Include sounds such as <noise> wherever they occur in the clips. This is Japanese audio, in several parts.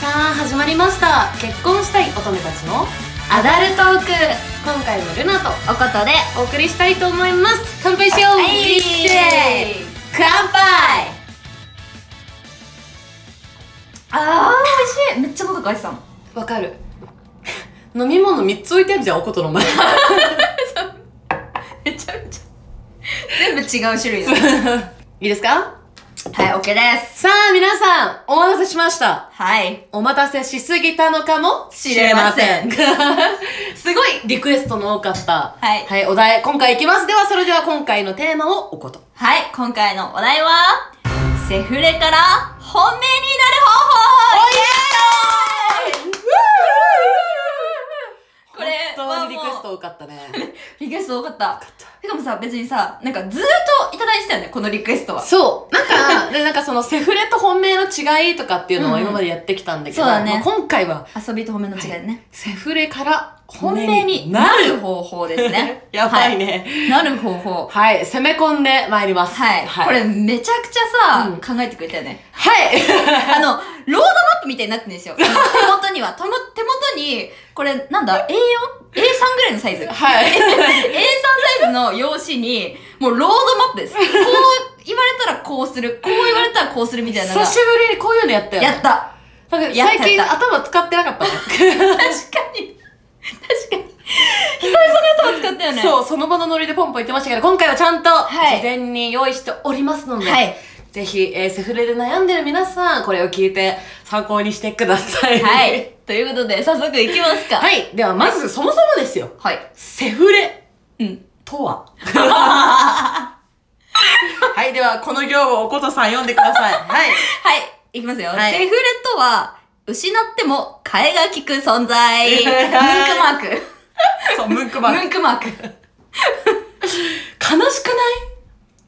さあ始まりました結婚したい乙女たちのアダルトーク今回もルナとおことでお送りしたいと思います乾杯しよう、はいイエーイ乾杯あー美味しいめっちゃ喉乾いてたのわかる飲み物3つ置い <laughs> てあるじゃんおことの前めちゃめちゃ全部違う種類だいいですかはい OK ですさあ皆さんお待たせしましたはいお待たせしすぎたのかもしれま <laughs> せんすごいリクエストの多かったはいはい、お題今回いきますではそれでは今回のテーマをおことはい今回のお題はセフレから本命になる方法これ本当にリはクもうエスト多かったねリクエスト多かったしかもさ別にさなんかずーっといただいてたよねこのリクエストはそうなんかでなんかそのセフレと本命の違いとかっていうのうはんうん今までやってきたんだけど、そうだねまあ今回は遊びと褒めの違いでね、セフレから本本命命ににななるる方法です <laughs> ね <laughs> やばいね、なる方法はい、攻め込んでまいりますはい、はい、これめちゃくちゃさ、うん考えてくれたよね <laughs> はいあのロードマップみたいになってるん <laughs> ですよ手元にはとも手元にこれなんだ A4?A3 ぐらいのサ <laughs> イズ A3 <laughs> はいサイズの用紙にもうロードマップ <laughs> ですこう言われたらこうするこう言われたらこうするみたいなの久がしぶりにこういうのやったよねやったなんかやった最近やっ頭使ってなかったね確かに確かに久々に頭使ったよねそう、その場のノリでポンポン言ってましたけど、今回はちゃんとはい事前に用意しておりますので、はいぜひ、えーセフレで悩んでる皆さん、これを聞いて参考にしてください。は。いということで早速いきますかはい。では、まず、そもそもですよ。はいセフレうんと <laughs> ははい。では、この行をおことさん読んでください。はい。はい、いきますよ。はいセフレとは、失っても替えが利く存在。 <laughs> ムンクマーク。そう、ムンク <laughs> ムンクマーク。悲しくない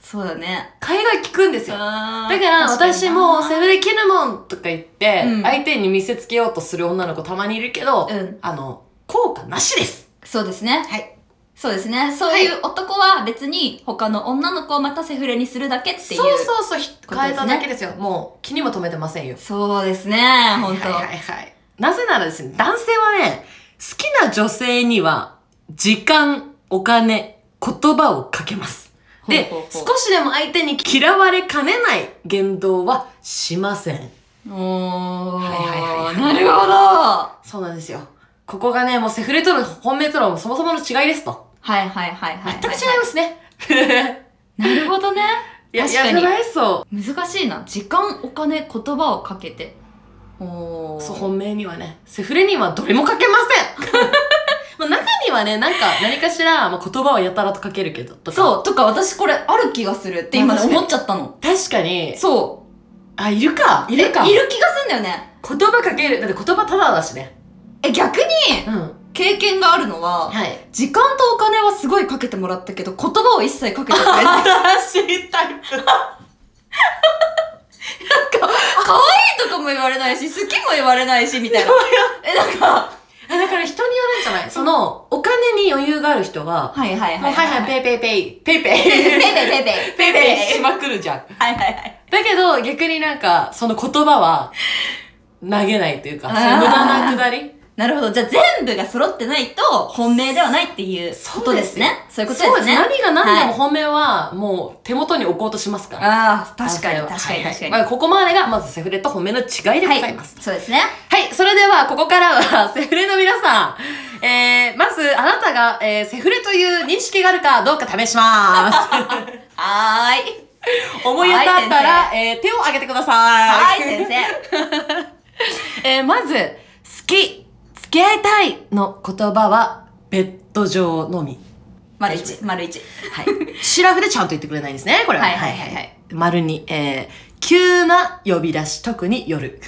そうだね。海外聞くんですよ。だだから私もセフブレ切るもんとか言って、うん相手に見せつけようとする女の子たまにいるけど、うんあの、効果なしです。そうですね。はい。そうですね。そういう男は別に他の女の子をまたセフレにするだけっていう。そうそうそう、ひことですね変えただけですよ。もう気にも留めてませんよ。そうですね、本当、はいはいはいはい。なぜならですね、男性はね、好きな女性には、時間、お金、言葉をかけます。でほうほ、うほ少うしでも相手に嫌われかねない言動はしません。おー、はいはいはいはいなるほど。はそうなんですよ。ここがね、もうセフレとの本命とのそもそもの違いですと。いはいはいはい。全く違いますね。なるほどね。 <laughs> いや、確かやにらないそ難しいな。時間、お金、言葉をかけて。おー。う。そう、本命にはね、セフレにはどれもかけません <laughs> まあ中にはね、なんか、何かしら、まあ、言葉はやたらとかけるけど、とか。う。そう、とか私これある気がするって今まあ確かに思っちゃったの。確かに、そあ、いるか。う。えい言る気がすんだよね。葉かける。だって言葉ただだしね。え、逆にうん。経験があるのは、はい。時間とお金はすごいかけてもらったけど、言葉を一切かけてくれ <laughs> ない。なんか、新しいタイプ。可愛いとかも言われないし、好きも言われないし、みたいな。 <laughs> え、なんか、あだから人によるんじゃないその、お金に余裕がある人は、はいはいもはうい。はいはい、い。ペイペイペイ、ペイ <laughs> ペイ。ペイペイペイペイ。ペイペイしまくるじゃん。はいはいはい。だけど、逆になんか、その言葉は、投げないというか、あ無ー駄なくだりなるほど。じゃあ全部が揃ってないと、本命ではないっていうことですね。そういうことですね。何が何でもはい本命は、もう手元に置こうとしますから。ああ、確かに男確性かはに確かに。はいはいまあここまでが、まずセフレと本命の違いでございます。そうですね。はい、それでは、ここからは、 <laughs> セフレの皆さん、えー、まず、あなたが、えー、セフレという認識があるかどうか試し <laughs> ます。はーい。思い当たったら、えー、手を挙げてくださ。はいい、先生。えーまず、好き、付き合いたいの言葉は、ベッド上のみ。丸一、丸一。 <laughs> はい。シラフでちゃんと言ってくれないんですね、これは。はいはいはいはい。丸に、えー、急な呼び出し、特に夜。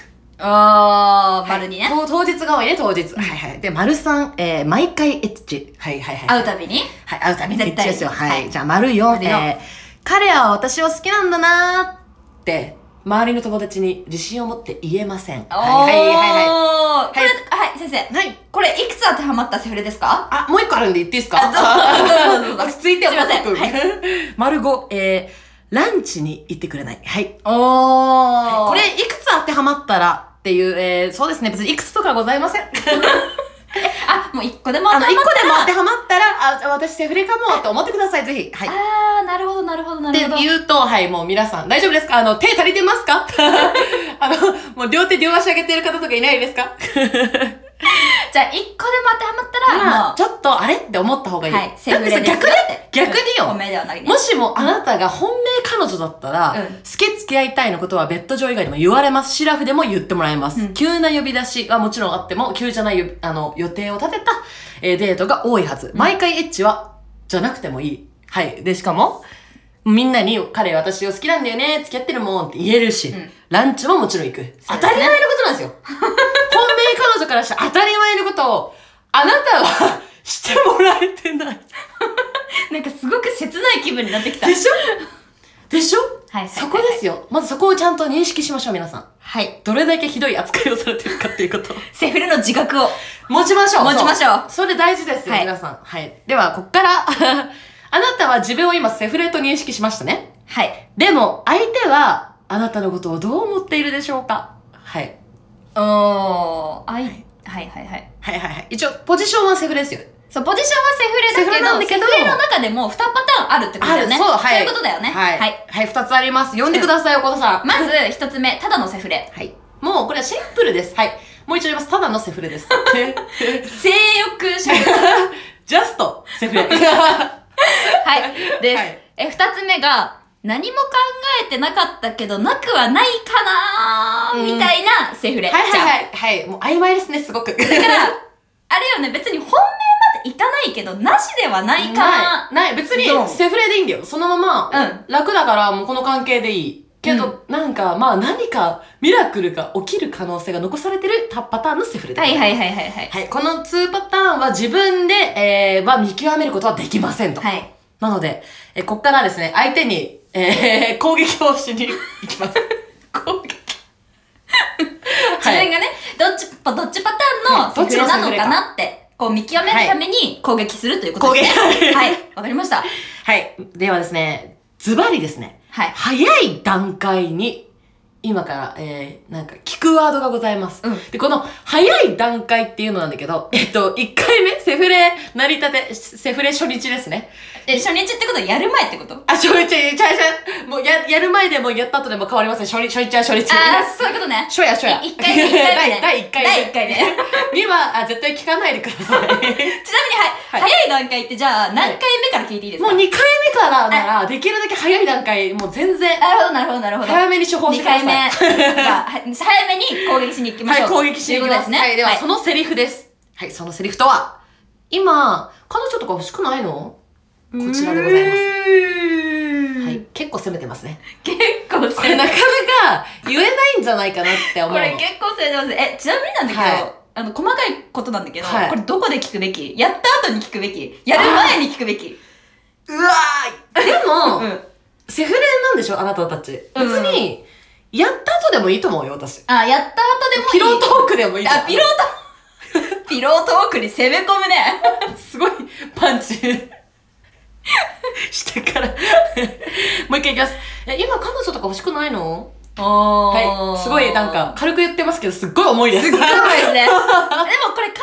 あー、丸二ね。当当日が多いね、当日。はいはい。で、丸三、えー、毎回エッチ。はいはいはい。会うたたびに。はい、会うためにエッチですよ。絶対ははいい。じゃあ、丸四、丸え四ー、彼は私を好きなんだなーって、周りの友達に自信を持って言えません。はいはいはいははいこれ、はい、先い。生。はい。これ、いくつ当てはまったセフレですかあ、もう一個あるんで言っていいですかあどうぞどうぞどうぞ <laughs> 落ち着いて、すいません岡君。丸五、えー、ランチに行ってくれない。はい。おこれ、いくつ当てはまったら、っていう、えー、そうですね、別にいくつとかございません。あ、もう一個でもあ当ての、は一まっ個でも当てはまったら、あ、じゃあ私セフレかもと思ってください、ぜひ。はい。あー、なるほど、なるほど、なるほど。って言うと、はい、もう皆さん、大丈夫ですかあの、手足りてますか <laughs> あの、もう両手両足上げてる方とかいないですかじゃあ、一個でも当てはまったら、 <laughs> まもあ、ちょっとあれって思った方がう、いい。はい、セだっフてレさ、ですよっ逆て。逆によおめではないね。もしもあなたが本命彼女だったら、うん好き付き合いたいのことはベッド上以外でも言われます。シラフでも言ってもらえます。うん急な呼び出しはもちろんあっても、急じゃないよあの予定を立てた、えーデートが多いはず。ん毎回エッチは、じゃなくてもいい。はい。で、しかも、みんなに彼私を好きなんだよね、付き合ってるもんって言えるし、うんランチももちろん行く。そう当でたすねり前のこと <laughs> なんですよ。本命彼女からしたら当たり前のことを、あなたはしてもらえてない。なんかすごく切ない気分になってきた。でしょでしょはい、そこですよ。 <laughs> まずそこをちゃんと認識しましょう、皆さん。はい。どれだけひどい扱いをされてるかっていう <laughs> こと。セフレの自覚を持ちましょう。持ちまょしょうう。。それ大事ですよ、はい皆さん。はい。では、こっから、 <laughs> あなたは自分を今セフレと認識しましたね。はい。でも、相手は、あなたのことをどう思っているでしょうかはい。おー、あい、はいはいはい。はいはいはい。一応、ポジションはセフレですよ。そう、ポジションはセセフレだフレけなど、んだセけどフレの中でも2パターンあるってことだよね。あるそうはいいうことだよね。はい。はい。はい、二つあります。呼んでください、岡田さん。まず、1つ目、ただのセフレ。はい。もう、これはシンプルです。はい。もう一度言います。ただのセフレ <laughs> です。性欲者。ジャスト、セフレ。 <laughs> はい。です。はいえ、二つ目が、何も考えてなかったけど、なくはないかなーみたいなセフレ。はいじゃんはいはい。はい。もう曖昧ですね、すご <laughs> く。だから、あれよね、別に本命までいかないけど、なしではないかなない。ない別にどう、セフレでいいんだよ。そのまま、うん。楽だからもうこの関係でいい。けど、なんか、まあ何か、ミラクルが起きる可能性が残されてるたパターンのセフレで。はいはいいはいはいはい。はい。この2パターンは自分で、えー、は見極めることはできませんと。はい。なので、えーこっからですね、相手に、えー、攻撃をしに行きます。 <laughs> 攻撃。自分がね、どっち、どっちパターンはのいどセっちフのセフレレなのかかなって、こう見極めるために攻撃するということ攻で撃。すね。はい。わかりました。はい。ではですね、ズバリですね。はい。早い段階に、今から、えー、なんか、聞くワードがございます。うんで、この、早い段階っていうのなんだけど、えっと、1回目、セフレ、成り立て、セフレ初日ですね。え、初日ってことはやる前ってことああ、初日、ちゃいちゃいもう、や、やる前でも、やった後でも変わりません。初日、初日は初日。あー、そういうことね。初夜、初夜。い一回目一回目ね <laughs> 第1回目。第一回目には、あ、絶対聞かないでくださ <laughs> い。ちなみに、はい、はい早い段階ってじゃあ何回目から聞いていいですもか、う2回目からなら、できるだけ早い段階、もう全然、なるほど、なるほど、なるほど。早めに処方してく2ださ回い。目が、はい早めに攻撃しに行きましょう。はい、攻撃しに行きます。ということですね。はい、では、はいそのセリフです。はい、そのセリフとは、今、彼女とか欲しくないのこちらでございます。は、はい結構攻めてますね。結構これ攻なめかなか言えないんじゃないかなって思こうの。れ結構攻めてます。え、ちなみになんだけど、はいあの、細かいことなんだけど、はいこれどこで聞くべきやった後に聞くべきやる前に聞くべきうわーでも、ん。セフレなんでしょあなたたち。別に、やった後でもいいと思うよ、私。あ、やった後でもいい。ピロートークでもいいと思うあ、ピロ <laughs> ートピロートークに攻め込むね。すごいパンチ <laughs> 下からもう一回いきますえ今彼女とか欲しくないのお <laughs> はいすごいなんか軽く言ってますけどすっごい重いですすっごい重いですね。でもこれ軽く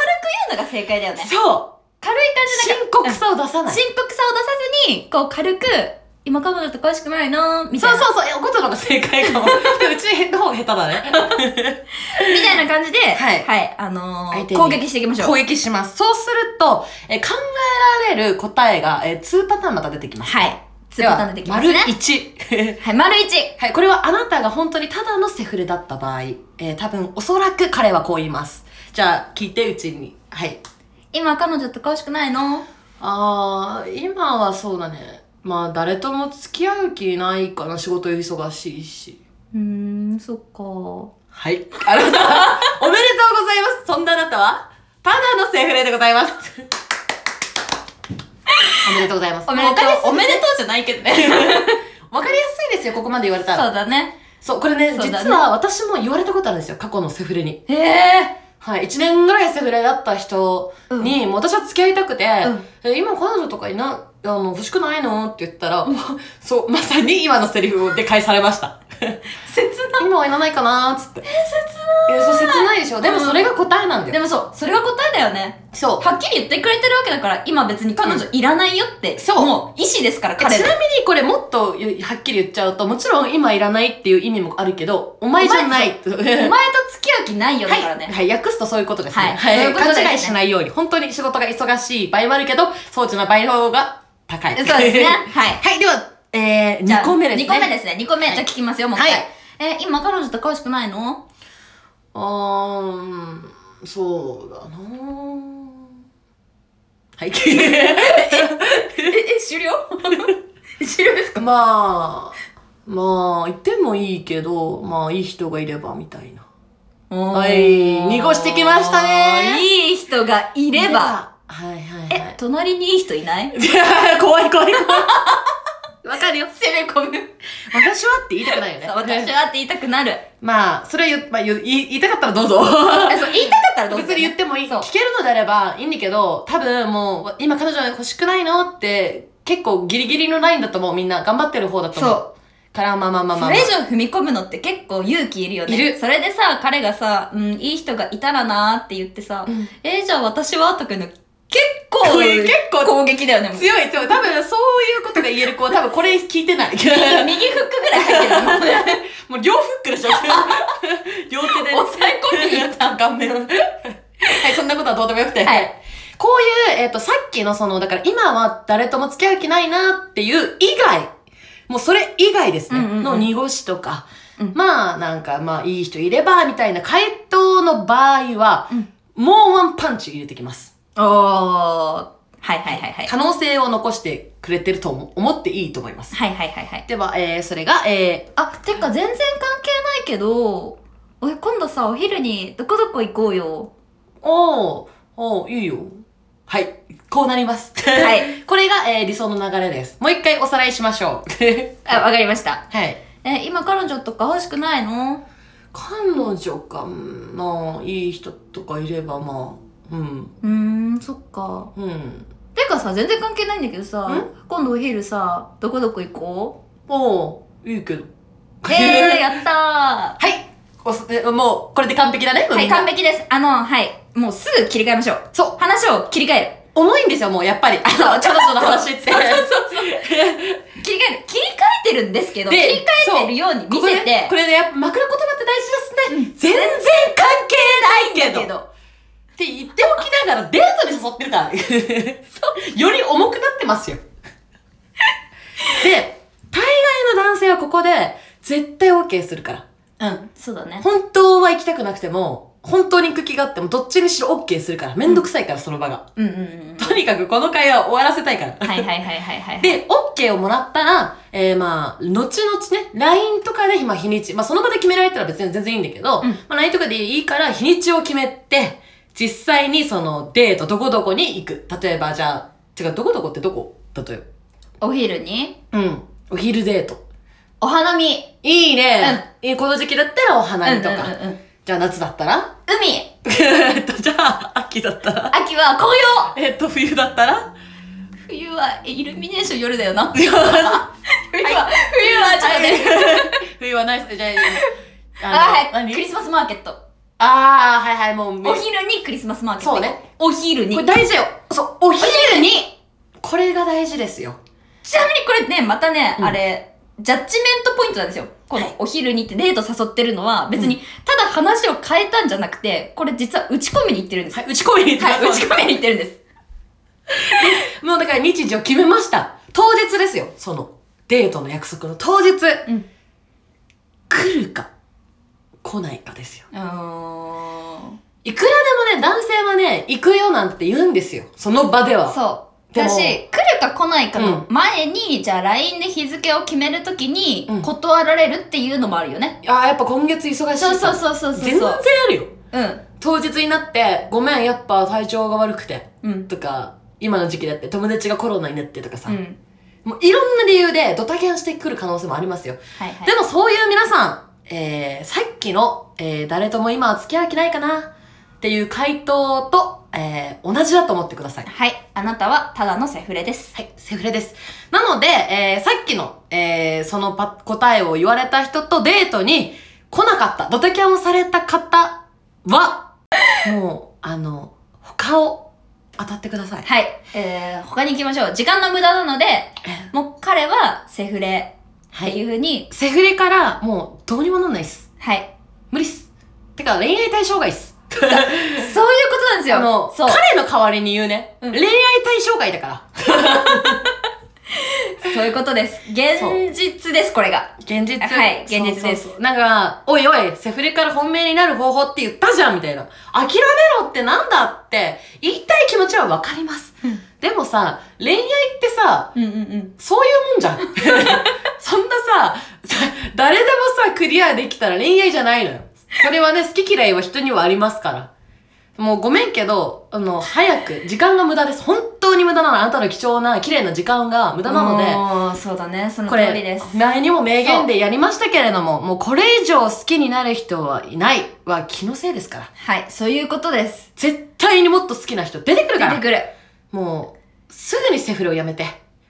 言うのが正解だよね。 <laughs> そう軽い感じでなん深か刻さを出さない深刻さを出さずに、こう軽く、今彼女と恋しくないのみたいそな。うそうそうえ、おことの方が正解 <laughs> かも。でもうちの方が下手だね。みたいな感じで、はいあの相ー手に攻撃していきましょう。攻撃します。そうすると、え考えられる答えが、え2パターンまた出てきます。はい。ツーパターン出てきますでねは。丸1。はい、丸一。 <laughs> はい、これはあなたが本当にただのセフレだった場合、えー多分おそらく彼はこう言います。じゃあ、聞いて、うちに。はい。今彼女と恋しくないのあー、今はそうだね。まあ、誰とも付き合う気ないかな、仕事忙しいし。うーん、そっか。はい。あなたは、おめでとうございます。そんなあなたは、ただのセフレでございます。 <laughs> おめでとうございます。おめでわとかりやう。おめでとうじゃないけどね。すわかりやすいですよ、ここまで言われ <laughs> そたうら。だね。そう、これね、そうだね実は私も言われたことあるんですよ、過去のセフレに。へえ。はい、1年ぐらいセフレだった人に、もう私は付き合いたくて、うんえ今彼女とかいな、あの、欲しくないのって言ったら、もう <laughs> そう、まさに <laughs> 今のセリフで返されました。切な。今はいらないかなーっつって。えー、そう、切しょでもそれが答えなんだでよ。もそう、それが答えだよね。そう。はっきり言ってくれてるわけだから、今別に彼女いらないよって。そうもう、意思ですから、えちな彼の。みにこれもっとはっきり言っちゃうと、もちろん今いらないっていう意味もあるけど、お前じゃない。 <laughs> お前と付き合う気ないよだからはい、ね。はい、訳すとそういうことですね。ははいい、そういうことですね勘違いしないように、本当に仕事が忙しい場合もあるけど、装置の倍量が高い。そうですね。はい。はい、では、えー、じゃ2あ個目ですね。。2個目ですすね。2個目。はいじゃあ聞きますよ、もう一回。はいえー、今彼女と詳しくないのうーん、そうだなはい。 <laughs> え、え、終了 <laughs> 終了ですまあ、まあ、いてもいいけど、まあ、いい人がいれば、みたいな。はい濁してきましたねいい人がいれば。。はいはいはえい、。隣にいい人いないい <laughs> や怖い怖い怖い。わかるよ。攻め込む。 <laughs> 私はって言いたくないよね。そう私はって言いたくなる。まあ、それは言,、まあ、言言いたかったらどうぞ。えそう言いたかったらどうす別るに言ってもいい。そう聞けるのであればいいんだけど、多分もう、今彼女欲しくないのって、結構ギリギリのラインだと思う。みんな頑張ってる方だと思う。そう。から、まあまあまあまあ、そまあれ以。上踏み込むのって結構勇気いるよね。いるそれでさ、彼がさ、うん、いい人がいたらなーって言ってさ、うんえー、じゃあ私はとか言うの、結構、こういう結構攻撃だよね。もう強い、強い。多分、そういうことが言える子は、多分これ聞いて <laughs> ない。右フックぐらい入ってるもんね。もう両フック <laughs> でしょ。両手で。抑え込みに行っ顔面。はい、そんなことはどうでもよくて。はい。こういう、えっ、と、さっきのその、だから今は誰とも付き合う気ないなっていう以外、もうそれ以外ですね、うんうんうんの濁しとか、うんまあなんか、まあいい人いれば、みたいな回答の場合は、 <laughs> うんもうワンパンチ入れてきます。おー。はいはいはいはい。可能性を残してくれてると思思っていいと思います。はいはいはいはい。では、えー、それが、えあ、てか全然関係ないけど、おい、今度さ、お昼にどこどこ行こうよ。ー、おー、おー、いいよ。はい、こうなります。はい。 <laughs> これが、えー、理想の流れです。もう一回おさらいしましょう。 <laughs> あ、わかりました。はい。えー、今彼女とか欲しくないの彼女か、うんまあ、いい人とかいれば、まあ、うん、うーん、そっか。うん。てかさ、全然関係ないんだけどさん、今度お昼さ、どこどこ行こおう、いいけど。うえー、やっ <laughs> たはいおすえもう、これで完璧だね、ーはみい、んな完璧です。あの、はい。もうすぐ切り替えましょう。そう。話を切り替え重いんですよ、もう、やっぱり。あ <laughs> の、彼女の話って。 <laughs> る。 <laughs> 切り替える。切り替えてるんですけど、切でり替えてるように見ここせでてこ、れでやっぱ枕言葉って大事ですね。全然関係ないけど。けど、って言っておきながらデートに誘ってるから。 <laughs> より重くなってますよ。で、大概の男性はここで絶対 OK するから。うん、そうだね。本当は行きたくなくても、本当に行く気があっても、どっちにしろ OK するから。めんどくさいから、その場が。うんうんうん。とにかくこの会話を終わらせたいから。はいはいはいはいはい。で、OK をもらったら、えー、まあ、後々ね、LINE とかで、今日にち、まあ、その場で決められたら別に全然いいんだけど、うんまあ、LINE とかでいいから、日にちを決めて、実際にそのデートどこどこに行く。例えば、じゃあ、違う、どこどこってどこ例えお昼に、ば。うん。お昼デート。お花見。いいね、いいこの時期だったらお花見とか。うんうんうんうんじゃあ、夏だったら海、えっと、 <laughs> じゃあ、秋だったら秋は紅葉。えっと、冬だったら冬はえイルミネーション夜だよ <laughs> な。冬は、冬は、冬はちょっとね。冬はないっす。じゃあ、あ、あのはい。クリ何スマスマーケット。あー、はいはい、もう、お昼にクリスマスマーケット。そうね。お昼に。これちな大事よ。そう、お昼にこれが大事ですよ。みにこれね、またね、うんあれ、ジャッジメントポイントなんですよ。このお昼にってデート誘ってるのは、別に、ただ話を変えたんじゃなくて、これ実は打ち込みに行ってるんです。はい、打ち込みに行ってはい、くだ打さち込みに行ってる <laughs> んです。いもうだから日時を決めました。当日ですよ。その、デートの約束の当日。うん来るか、来ないかですよ。うーん。いくらでもね、男性はね、行くよなんて言うんですよ。その場では。そう。でもだし、来るか来ないかの前に、じゃあ LINE で日付を決めるときにうん、断られるっていうのもあるよね。ああ、やっぱ今月忙しいから。そうそうそうそうそう。全然あるよ。うん。当日になって、ごめん、やっぱ体調が悪くて。うん。とか、今の時期だって友達がコロナになってとかさ。うん。もういろんな理由でドタキャンしてくる可能性もありますよ。はいはい。でもそういう皆さん、えー、さっきの、えー、誰とも今は付き合う気ないかなっていう回答と、えー、同じだと思ってください。はい。あなたはただのセフレです。はい、セフレです。なので、えー、さっきの、えー、そのパ答えを言われた人とデートに来なかった、ドタキャンをされた方は、ください。はい。えー、他に行きましょう。時間の無駄なので、もう彼はセフレっはていい。う風に、セフレからもうどうにもなんないっす。はい。無理っす。てか恋愛対象外っす。そういうことなんですよ。あの、そう。彼の代わりに言うね。うん恋愛対象外だから。そういうことです。現実です、これが。現実はい現実ですそうそうそうなんか、おいおい、セフレから本命になる方法って言ったじゃんみたいな。諦めろってなんだって言いたい気持ちはわかります。うんでもさ、恋愛ってさ、うんうんうん。そういうもんじゃん。 <laughs> そんなさ、さ誰でもさ、クリアできたら恋愛じゃないのよ。それはね、好き嫌いは人にはありますから。もうごめんけど、あの、早く、時間が無駄です。本当に無駄なの。あなたの貴重な、綺麗な時間が無駄なので、ので。そうだね、そのこ通りでれす。、前にも名言でやりましたけれども、もうこれ以上好きになる人はいないは気のせいですから。はい、そういうことです。絶対にもっと好きな人出てくる出かてら。くる。もう、すぐにセフレをやめて、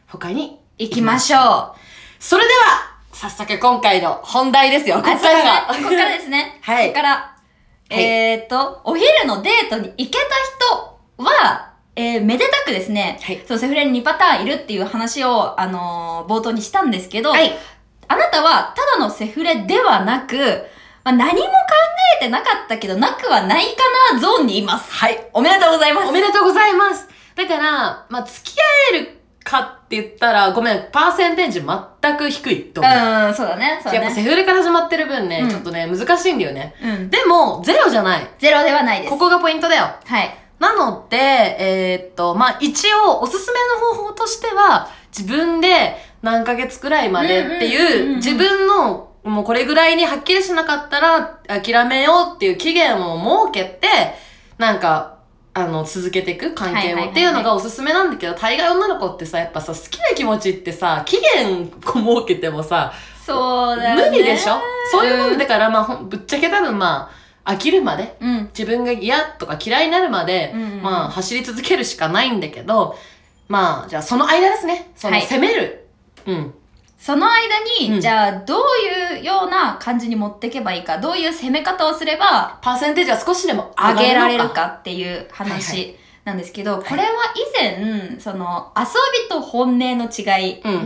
他に行きましょう。あ、それでは、早速今回の本題ですよ。ここそうでかすねらが。ここからですね。はいここから。はいえっ、ー、と、お昼のデートに行けた人は、えー、めでたくですね、はいそう、セフレに2パターンいるっていう話を、あのー冒頭にしたんですけど、はい。あなたはただのセフレではなく、まあ、何も考えてなかったけど、なくはないかなゾーンにいます。はい。おめでとうございます。おめでとうございます。だから、まあ、付き合えるかって言ったら、ごめん、パーセンテージ全く低いと思う。うん、そうだね。そうやだっぱね。セフレから始まってる分ね、うんちょっとね、難しいんだよね。うん。でも、ゼロじゃない。ゼロではないです。ここがポイントだよ。はい。なので、えーっと、まあ、一応、おすすめの方法としては、自分で何ヶ月くらいまでってうんうんうんうんいうう、ん自分の、もうこれぐらいにはっきりしなかったら、諦めようっていう期限を設けて、なんか、あの、続けていく関はいはい係はいはいをっていうのがおすすめなんだけど、大概女の子ってさ、やっぱさ、好きな気持ちってさ、期限を設けてもさ、そうだね。無理でしょそういうもんだから、まあほん、ぶっちゃけ多分まあ、飽きるまで、うん。自分が嫌とか嫌いになるまで、うんうんまあ走り続けるしかないんだけど、まあじゃあその間ですね。そはのい攻める。うん。その間に、うんじゃあ、どういうような感じに持っていけばいいか、どういう攻め方をすれば、パーセンテージは少しでも上げられのる。かっていう話なんですけいど、これは以前、その、遊びと本音の違いで、うん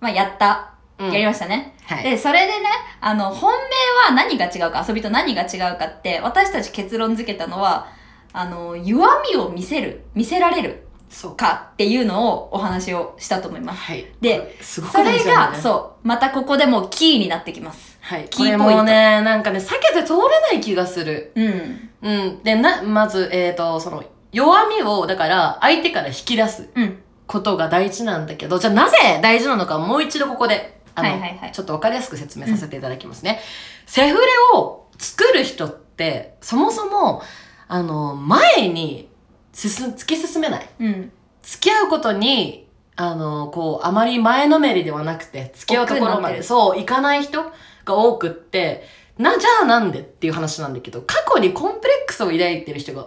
まあ、やった、うん、やりましたね。はい。で、それでね、あの、本命は何が違うか、遊びと何が違うかって、私たち結論付けたのは、あの、弱みを見せる、見せられるそうか。かっていうのをお話をしたと思います。はい。で、すごくそ大れ事なんが、だよね。そう、またここでもキーになってきます。はい。キこーポイれントもね、なんかね、避けて通れない気がする。うん。うん。で、な、まず、えっ、と、その、弱みを、だから、相手から引き出すうん。ことが大事なんだけど、じゃあなぜ大事なのか、もう一度ここで、あはの、いはいはい。ちょっとわかりやすく説明させていただきますね。セフレを作る人って、そもそも、あの、前に進、突き進めない。うん。付き合うことに、あの、こう、あまり前のめりではなくて、付き合うところ奥になまってるで、そう、行かない人が多くって、な、じゃあなんでっていう話なんだけど、過去にコンプレックスを抱いてる人が、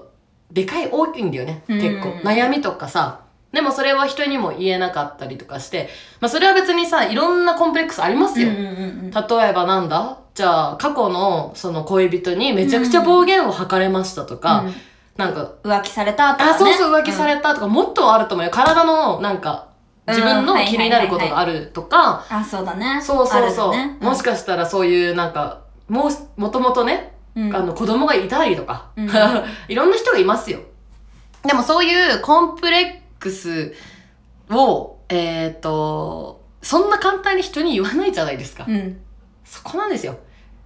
でかい、多いんだよね。うん結構。悩みとかさ、でもそれは人にも言えなかったりとかして、まあそれは別にさ、いろんなコンプレックスありますよ。うんうんうん例えばなんだじゃあ過去のその恋人にめちゃくちゃ暴言を吐かれましたとか、うんなんか、浮気されたとか、ね。あ、そうそう浮気され、れたとか、もっとあると思うよ。体のなんか、自分の気になることがあるとか、あ、そうだね。そうそうそう、あるよねもしかしたらそういうなんか、もう、もともとね、うんあの子供がいたりとか、う <laughs> んいろんな人がいますよ。でもそういうコンプレックスを、えっ、と、そんな簡単に人に言わないじゃないですか。うん。そこなんですよ。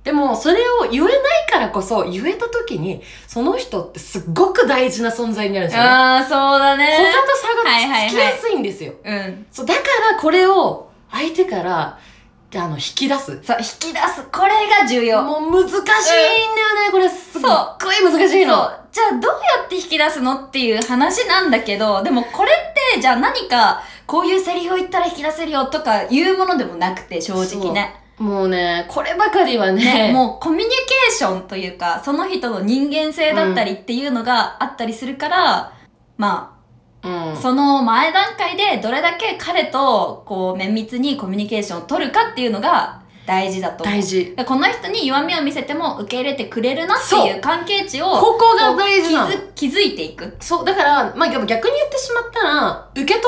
でも、それを言えないからこそ、言えた時に、その人ってすっごく大事な存在になるんですよ、ね。ああ、そうだ他とね。はい差はいはがいつきやすいんですよ。うん。そうだから、これを相手から、あの、引き出す。そう、引き出す。これが重要。もう難しいんだよね、これ。すっごい難しいその。う。じゃあどうやって引き出すのっていう話なんだけど、でもこれって、じゃあ何か、こういうセリフを言ったら引き出せるよとかいうものでもなくて、正直ね。もうね、こればかりはね、ね、もうコミュニケーションというか、その人の人間性だったりっていうのがあったりするから、まう、あ、ん。その前段階でどれだけ彼とこう綿密にコミュニケーションを取るかっていうのが大事だと思う大事。だからこの人に弱みを見せても受け入れてくれるなってそいう関係値をここが大事なの気。づ気づいていくそう、だから、まあ、でも逆に言ってしまったら、受け止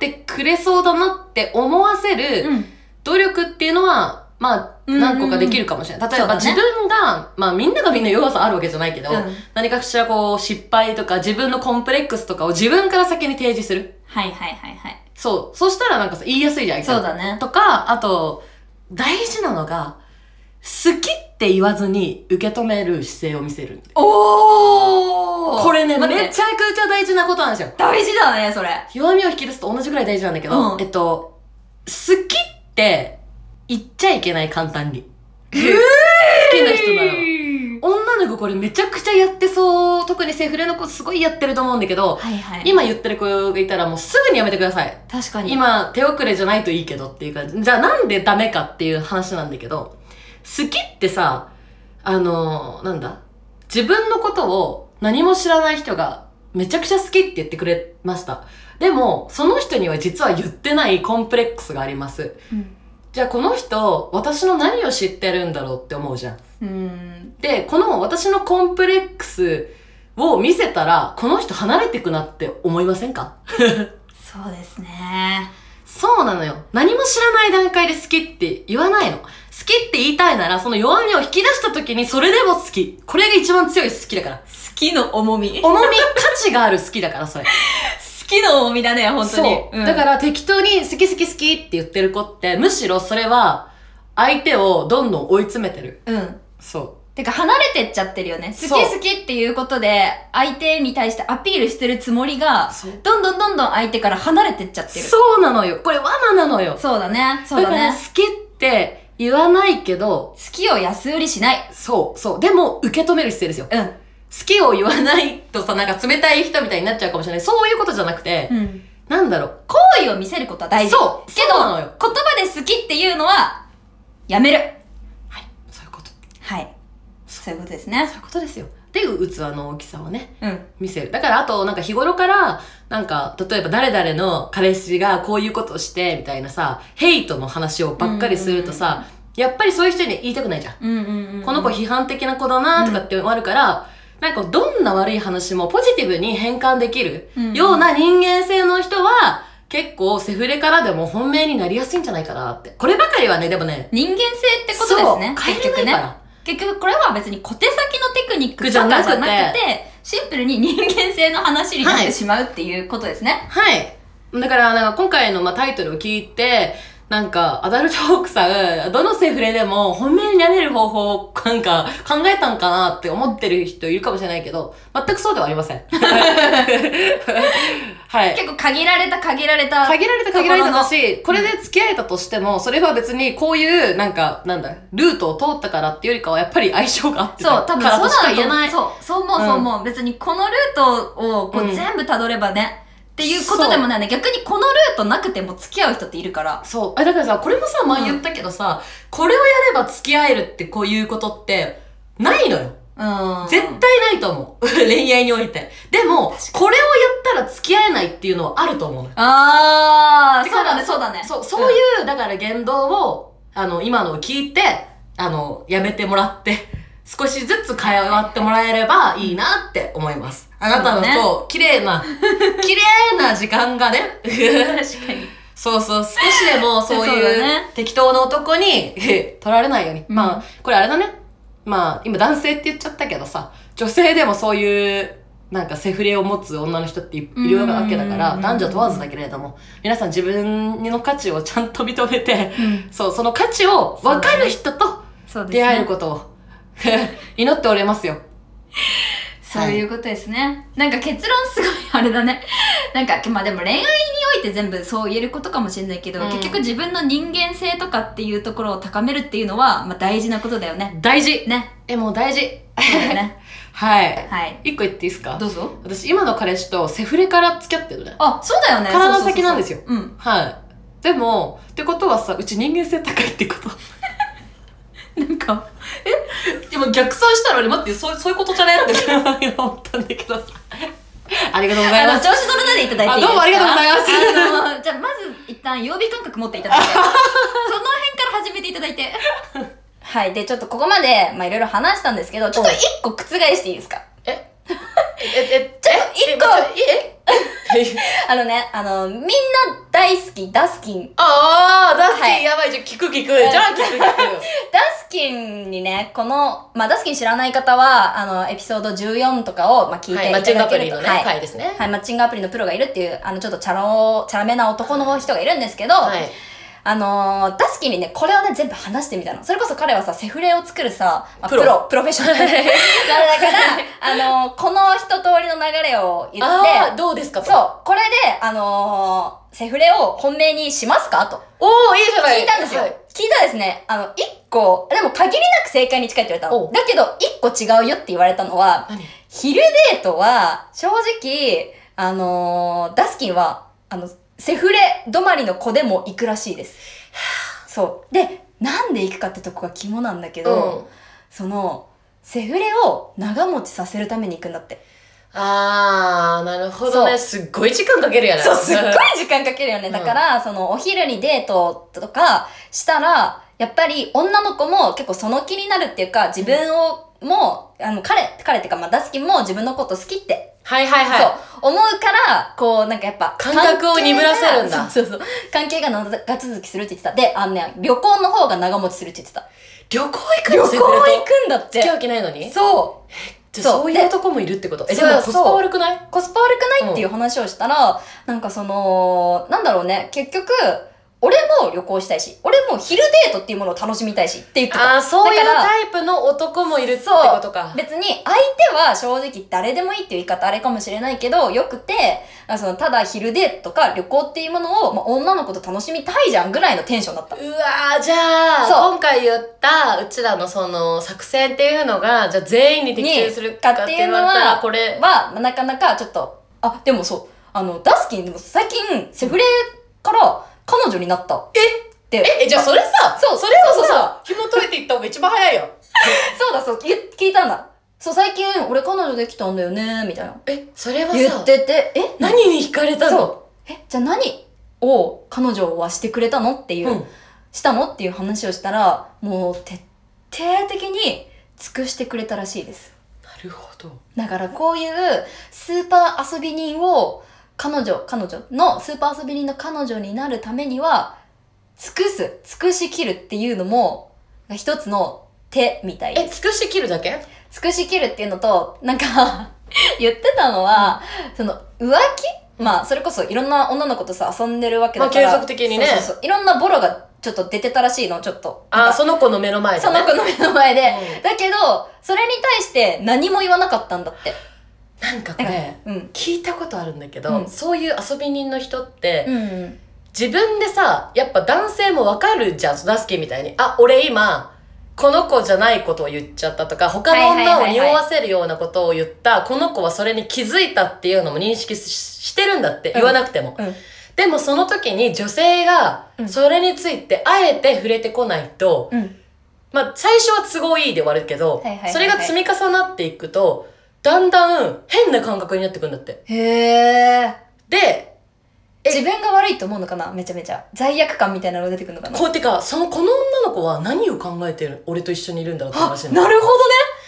めてくれそうだなって思わせるうん努力っていうのは、まあ、うん何個かできるかもしれない。例えば、そ自うだね分が、まあ、みんながみんな弱さあるわけじゃないけど、うん何かしらこう、失敗とか自分のコンプレックスとかを自分から先に提示する。はいはいはいはいそう。そうしたらなんかさ、言いやすいじゃん、相手そもうだねとか、あと、大事なのが、好きって言わずに受け止める姿勢を見せる。おこれね、め待ってちゃくちゃ大事なことなんですよ。大事だねそれ弱みを引き出すと同じぐらい大事なんだけど、うんえっと、好きって言っちゃいけない簡単に。 <laughs> 好きな人なら。女の子これめちゃくちゃやってそう。特にセフレの子すごいやってると思うんだけど、はいはい今言ってる子がいたらもうすぐにやめてください。確かに今手遅れじゃないといいけどっていう感じじゃあなんでダメかっていう話なんだけど好きってさあのなんだ自分のことを何も知らない人がめちゃくちゃ好きって言ってくれましたでもその人には実は言ってないコンプレックスがありますうんじゃあこの人私の何を知ってるんだろうって思うじゃんうんでこの私のコンプレックスを見せたらこの人離れてくなって思いませんかそうですねそうなのよ。何も知らない段階で好きって言わないの。好きって言いたいなら、その弱みを引き出した時にそれでも好き。これが一番強い好きだ <laughs> から。好きの重み好重み、価値がある好きだから、それ。きの重みだね本当にそう。だからら適当に好き好き好きって言ってる子って、むしろそれは相手をどんどん追い詰めてる。うんそてか離れてっちゃってるよね好きそう好きっていうことで相手に対してアピールしてるつもりがう。そう。どんどんどんどん相手から離れてっちゃってるそうなのよ。これ罠なのよ。そうだねそうだから好ねきって言わないけど、好きを安売りしないそう、そう。でも、受け止める姿勢ですよ。うん好きを言わないとさ、なんか冷たい人みたいになっちゃうかもしれない。そういうことじゃなくて、うんなんだろう。好意を見せることは大事そうけそうどなのよ言葉で好きっていうのはやめるはい。そういうこと。はいそういうことですねそういうことですよ。で、器の大きさをね、うん見せる。だから、あと、なんか日頃から、なんか、例えば誰々の彼氏がこういうことをして、みたいなさ、ヘイトの話をばっかりするとさ、やっぱりそういう人には言いたくないじゃん。うんうんうんこの子批判的な子だなとかってあるから、なんかどんな悪い話もポジティブに変換できるうんような人間性の人は、結構セフレからでも本命になりやすいんじゃないかなって。こればかりはね、でもね、人間性ってことですねそう結変えれ局ないからね。結局これは別に小手先のテクニックとかじゃなくてシンプルに人間性の話になっはていしまうっていうことですね、はい。だから、なんか今回のまあタイトルを聞いて、なんか、アダルトホークさん、どのセフレでも本命になれる方法をなんか考えたんかなって思ってる人いるかもしれないけど、全くそうではありませ <laughs> ん。はい。結構限られた限られた限られた限られただし、これで付き合えたとしても、それは別にこういう、なんか、なんだ、ルートを通ったからっていうよりかは、やっぱり相性があってたそう多か分そらうとしなかんだ言えない。そうそう思うそう思う、別にこのルートをこううん全部たどればね、っていうことでもないね逆にこのルートなくても付き合う人っているからそう。あ、だからさ、これもさ、う前ん言ったけどさ、これをやれば付き合えるってこういうことって、ないのよ。うん絶対ないと思う。 <laughs> 恋愛において。でも、これをやったら付き合えないっていうのはあると思うのよ。ああてかそうだねそうだねそう、そういう、だから言動を、あの、今のを聞いて、あの、やめてもらって、少しずつ通わってもらえればいいなって思います。あなたの、そうだねそう、綺麗な、綺麗な時間がね、確かにそうそう、少しでもそう <laughs> そうだいねう適当な男に <laughs> 取られないように。うんまあ、これあれだね。まあ、今男性って言っちゃったけどさ、女性でもそういう、なんかセフレを持つ女の人っていいるわけだかうら、ん男女問わずだけれども、皆さん自分の価値をちゃんと認めて、 <laughs> うんそう、その価値を分かる人とそうですね出会えることを、 <laughs> 祈っておりますよ。そういうことですね。なんか結論すごいあれだね。 <laughs> なんか、まあでも恋愛において全部そう言えることかもしれないけど、うん結局自分の人間性とかっていうところを高めるっていうのは、まあ大事なことだよ <laughs> ね。大事ね。え、もう大事そうだよね。 <laughs> はい。はい。一個言っていいですかどうぞ。私、今の彼氏とセフレから付き合ってるね。あ、そうだよね。体そうそうそうそう先なんですようん。はい。でも、ってことはさ、うち人間性高いってこと。なんか、でも逆算したら、あれ待って、そうそういうことじゃねって思ったんだけどさ。ありがとうござあいの、ます。調子乗らないでいただいていあいですかどうもありがとうございます <laughs> あの、じゃあまず一旦曜日感覚持っていただいて、その辺から始めていただいて。はい。で、ちょっとここまで、まあ、いろいろ話したんですけど、ちょっと一個覆していいですかえ、え、ちょっと一個え、え、え、あのね、あの、みんな大好き、ダスキン。ああ、ダスはキいン、やばい、じゃあ聞く聞く。じゃあ聞く聞く。ダスキンにね、この、まあ、ダスキン知らない方は、あの、エピソード14とかを、まあ、聞いはてい、いマたッチングだアプけるリと、のね、回ですね。はい、マッチングアプリのプロがいるっていう、あの、ちょっとチャラチャラめな男の人がいるんですけど、はい。あのー、ダスキンにね、これをね、全部話してみたの。それこそ彼はさ、セフレを作るさ、まあププロロ、プロフェッシ <laughs> ョナルだから、あのー、この一通りの流れを言ああ、っどうですかて、と。そう、これで、あのー、セフレを本命にしますかとおおいいじゃない聞いたんですよ。はい聞いたらですね、あの、一個、でも限りなく正解に近いって言われたおの。だけど、一個違うよって言われたのは、何昼デートは、正直、あのーダスキンは、あの、セフレ止まりの子でも行くらしいです。そう。で、なんで行くかってとこが肝なんだけど、うん。その、セフレを長持ちさせるために行くんだって。あー、なるほどそね。うすっごい時間かけるやな。そう、すっ <laughs> ごいは時間かけるようね。んだから、その、お昼にデートとかしたら、やっぱり女の子も結構その気になるっていうか、自分を、もう、あの、彼、彼っていうか、まあ、ダスキンも自分のこと好きっていはいはい。そう、思うから、こう、なんかやっぱ、感覚を鈍らせるんだ関係がそうそうそう。関係が長続きするって言ってた。で、あのね、旅行の方が長持ちするって言ってた。旅行行く旅の行行くんだっ付き合て。う気ないのにそじゃあそうそういう男もいるってこと。え、でそう。もコスパ悪くないうコスパ悪くないっていう話をしたら、なんかその、なんだろうね、結局、俺も旅行したいし、俺も昼デートっていうものを楽しみたいしって言ってた。あー、そういうだからタイプの男もいるってことか。別に相手は正直誰でもいいっていう言い方あれかもしれないけど、よくて、あそのただ昼デートとか旅行っていうものを、まあ、女の子と楽しみたいじゃんぐらいのテンションだった。うわー、じゃあ、そう今回言った、うちらのその、作戦っていうのが、じゃあ全員に適に正するかって言われたら、これ、はなかなかちょっとあでもそうあのダスキンでも最近セフレから彼女になったってえ、じゃあそれさ、そうそれをさ、そうそう紐解いていった方が一番早いよ。そうだそう言聞いたんだそう最近俺彼女できたんだよねみたいなえ、それは言さっ、ててえ何に惹かれたのそうえじゃあ何を彼女はしてくれたのっていう、うんしたのっていう話をしたらもう徹底的に尽くしてくれたらしいですなるほど。だからこういうスーパー遊び人を彼女、彼女のスーパー遊び人の彼女になるためには、尽くす、尽くしきるっていうのも、一つの手みたいえ、で尽くして切るだけす。尽くしきるっていうのと、なんか、 <laughs> 言ってたのは、その浮気まあ、それこそいろんな女の子とさ、遊んでるわけだから。まあ継続的にねそうそうそう。いろんなボロがちょっと出てたらしいの、ちょっと。あなー、んかその子の目の前で、ね。その子の目の前で。うんだけど、それに対して何も言わなかったんだって。なんかこれ、うん。聞いたことあるんだけど、うんそういう遊び人の人って、うん。自分でさ、やっぱ男性もわかるじゃん、ダスキみたいに。あ、俺今、この子じゃないことを言っちゃったとか、他のはいはい女はいをはい匂わせるようなことを言った、この子はそれに気づいたっていうのも認識ししてるんだって、ん言わなくても。うんでもその時に女性がう、んそれについてあえて触れてこないと、うん。まあ最初は都合いいで終わるけど、はいはいはいはいそれが積み重なっていくと、だんだん変な感覚になってくんだって。へえ。で、え自分が悪いと思うのかなめちゃめちゃ。罪悪感みたいなのが出てくるのかなこうてか、その、この女の子は何を考えてる俺と一緒にいるんだろうってあ話なるほどね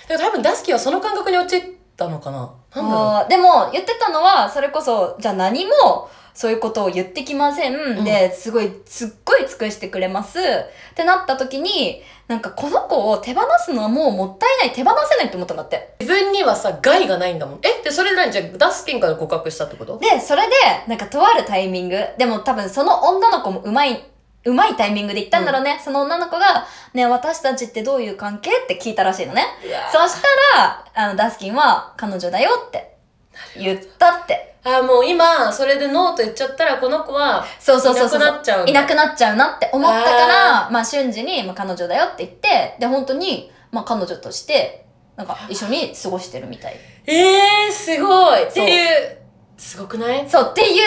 だから多分ダスキはその感覚に陥ったのかななんだろあーでも、言ってたのは、それこそ、じゃあ何も、そういうことを言ってきません。んで、すごい、すっごい尽くしてくれます。ってなった時に、なんかこの子を手放すのはもうもったいない、手放せないって思ったんだって。う自分にはさ、害がないんだもん。えで、それで何じゃあダスキンから告白したってことで、それで、なんかとあるタイミング、でも多分その女の子もうまい、うまいタイミングで言ったんだろうね。その女の子が、ね、私たちってどういう関係って聞いたらしいのね。そうそしたら、あの、ダスキンは彼女だよって言ったって。あ、もう今、それでノーと言っちゃったらこの子は、そうそうそうそいう。なくなっちゃうんだいなくなっちゃうなって思ったから、まあ瞬時に、まあ彼女だよって言って、で、本当に、まあ彼女として、なんか一緒に過ごしてるみたい。えー、すごいっそてういう、すごくないそう、ってい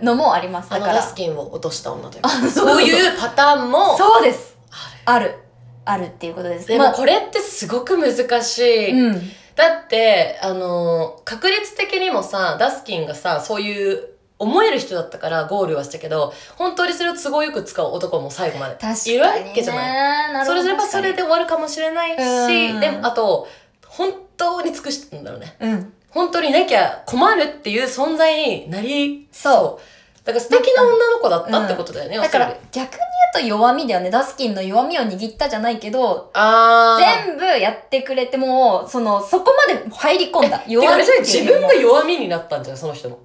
うのもあります。あだのかダら。スキンを落とした女というあか。そうそうそそうういうパターンも、そうです。あるある。あるっていうことです。でまもあこれってすごく難しい。うん。だって、あのー確率的にもさ、ダスキンがさ、そういう思える人だったからゴールはしたけど、本当にそれを都合よく使う男も最後まで。確かに、ね。いるわけじゃない。それすればそれで終わるかもしれないうんし、でも、あと、本当に尽くしてたんだろうね。うん。本当になきゃ困るっていう存在になり。そうだから素敵な女の子だったってことだよね、だから要するに逆に言うと弱みだよね。ダスキンの弱みを握ったじゃないけど、あー。全部やってくれてもう、その、そこまで入り込んだ。て弱かみねっていう自分が弱みになったんじゃん、その人の。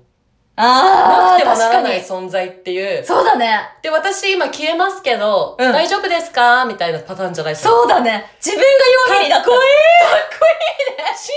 なくあー、てもなら確かないに。存在っていう。そうだね。で、私今消えますけど、うん大丈夫ですかみたいなパターンじゃないですか。そうだね。自分が弱みになった。かっこいいそ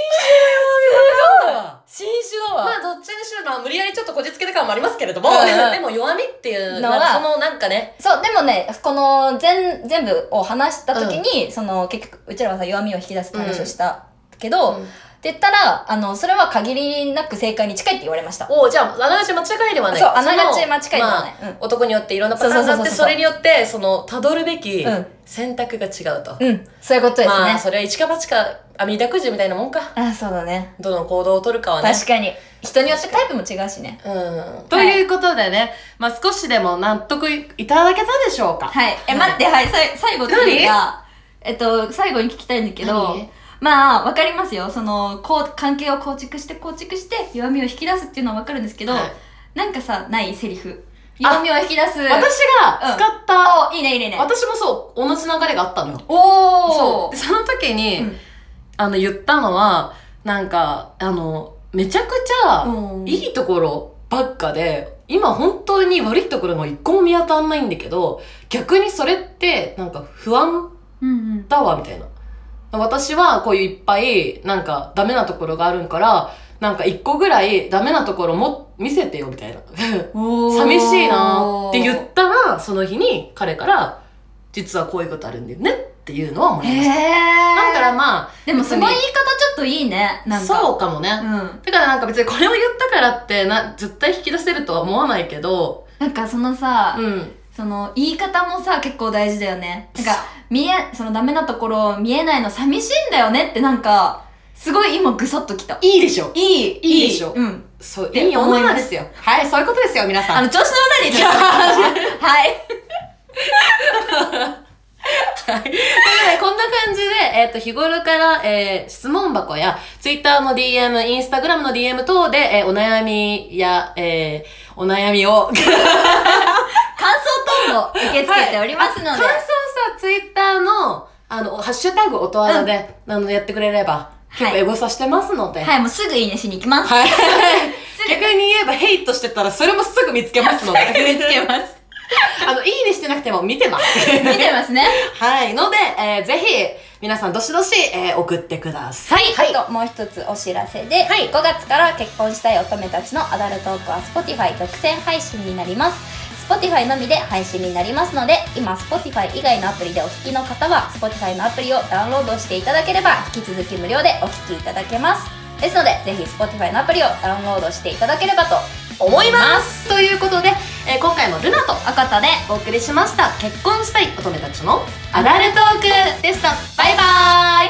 うだわ新種だわまあ、どっちにしろ、まあ、無理やりちょっとこじつけた感もありますけれども、うんうんでも弱みっていうのはなんかそのなんかね、そう、でもね、この全、全部を話した時に、その、結局、うちらはさ、弱みを引き出すって話をしたけど、って言ったら、あの、それは限りなく正解に近いって言われました。おうじゃあ、あながち間違いではない。そう、あながそちの間違いではない。まあ男によっていろんなパターンがあっそうそうそうて、そうそうそれによって、その、辿るべきうん選択が違うと。うん。うん。そういうことですね。まあ、それは一か八か、あ、みだくじみたいなもんか。あそうだね。どの行動を取るかはね。確かに。人によってタイプも違うしね。うん。ということでね、まあ少しでも納得いただけたでしょうかはい。え、待って、はい、さい最後というか、えっと、最後に聞きたいんだけど何、まあ、わかりますよ。その、こう、関係を構築して構築して、弱みを引き出すっていうのはわかるんですけど、はいなんかさ、ないセリフ。弱みを引き出私す。が使った、あ、いいね、いいね、いいね。私もそう、同じ流れがあったのよ。おそう。ーでその時に、うんあの、言ったのは、なんか、あの、めちゃくちゃ、うんいいところばっかで、今本当に悪いところも一個も見当たんないんだけど、逆にそれって、なんか不安うんうん。だわ、みたいな。私はこういういっぱい、なんかダメなところがあるから、なんか一個ぐらいダメなところも見せてよ、みたいな。おー寂しいなーって言ったら、その日に彼から、実はこういうことあるんだよねっていうのはもらいまへした。だえ。からまあ、でもその言い方ちょっといいね。なんか。そうかもね。うん。だからなんか別にこれを言ったからってな、絶対引き出せるとは思わないけど、なんかそのさ、うん。その言い方もさ結構大事だよねなんか見えそのダメなところ見えないの寂しいんだよねってなんかすごい今ぐさっときたいいでしょ。いいいいでしょうんそう、ていい思女いまなんすですよ。はい、そういうことですよ、皆あさん。の調子の裏にちょっとはいはいこんな感じで、えっ、と、日頃から、えー質問箱や、Twitter の DM、Instagram の DM 等で、えーお悩みや、えーお悩みを、感想等も受け付けておりますので、感想さ、ツイッターの、あの、ハッシュタグ音わらで、あの、やってくれれば、結構エゴサしてますので。はい、もうすぐいいねしに行きます。はい。すぐ逆に言えば、ヘイトしてたら、それもすぐ見つけます <laughs> ので。見つけます。あの、いいねしてなくても見てます。見てますね。 <laughs> はい。ので、えーぜひ、皆さん、どしどし、えー送ってください。はい、あともう一つお知らせで、はい5月から結婚したい乙女たちのアダルトークは Spotify 独占配信になります。Spotify のみで配信になりますので、今 Spotify 以外のアプリでお聞きの方は Spotify のアプリをダウンロードしていただければ引き続き無料でお聞きいただけます。ですので、ぜひ Spotify のアプリをダウンロードしていただければと思いますということで、えー今回もルナと赤田でお送りしました。結婚したい乙女たちのアダルトークでした。バイバーイ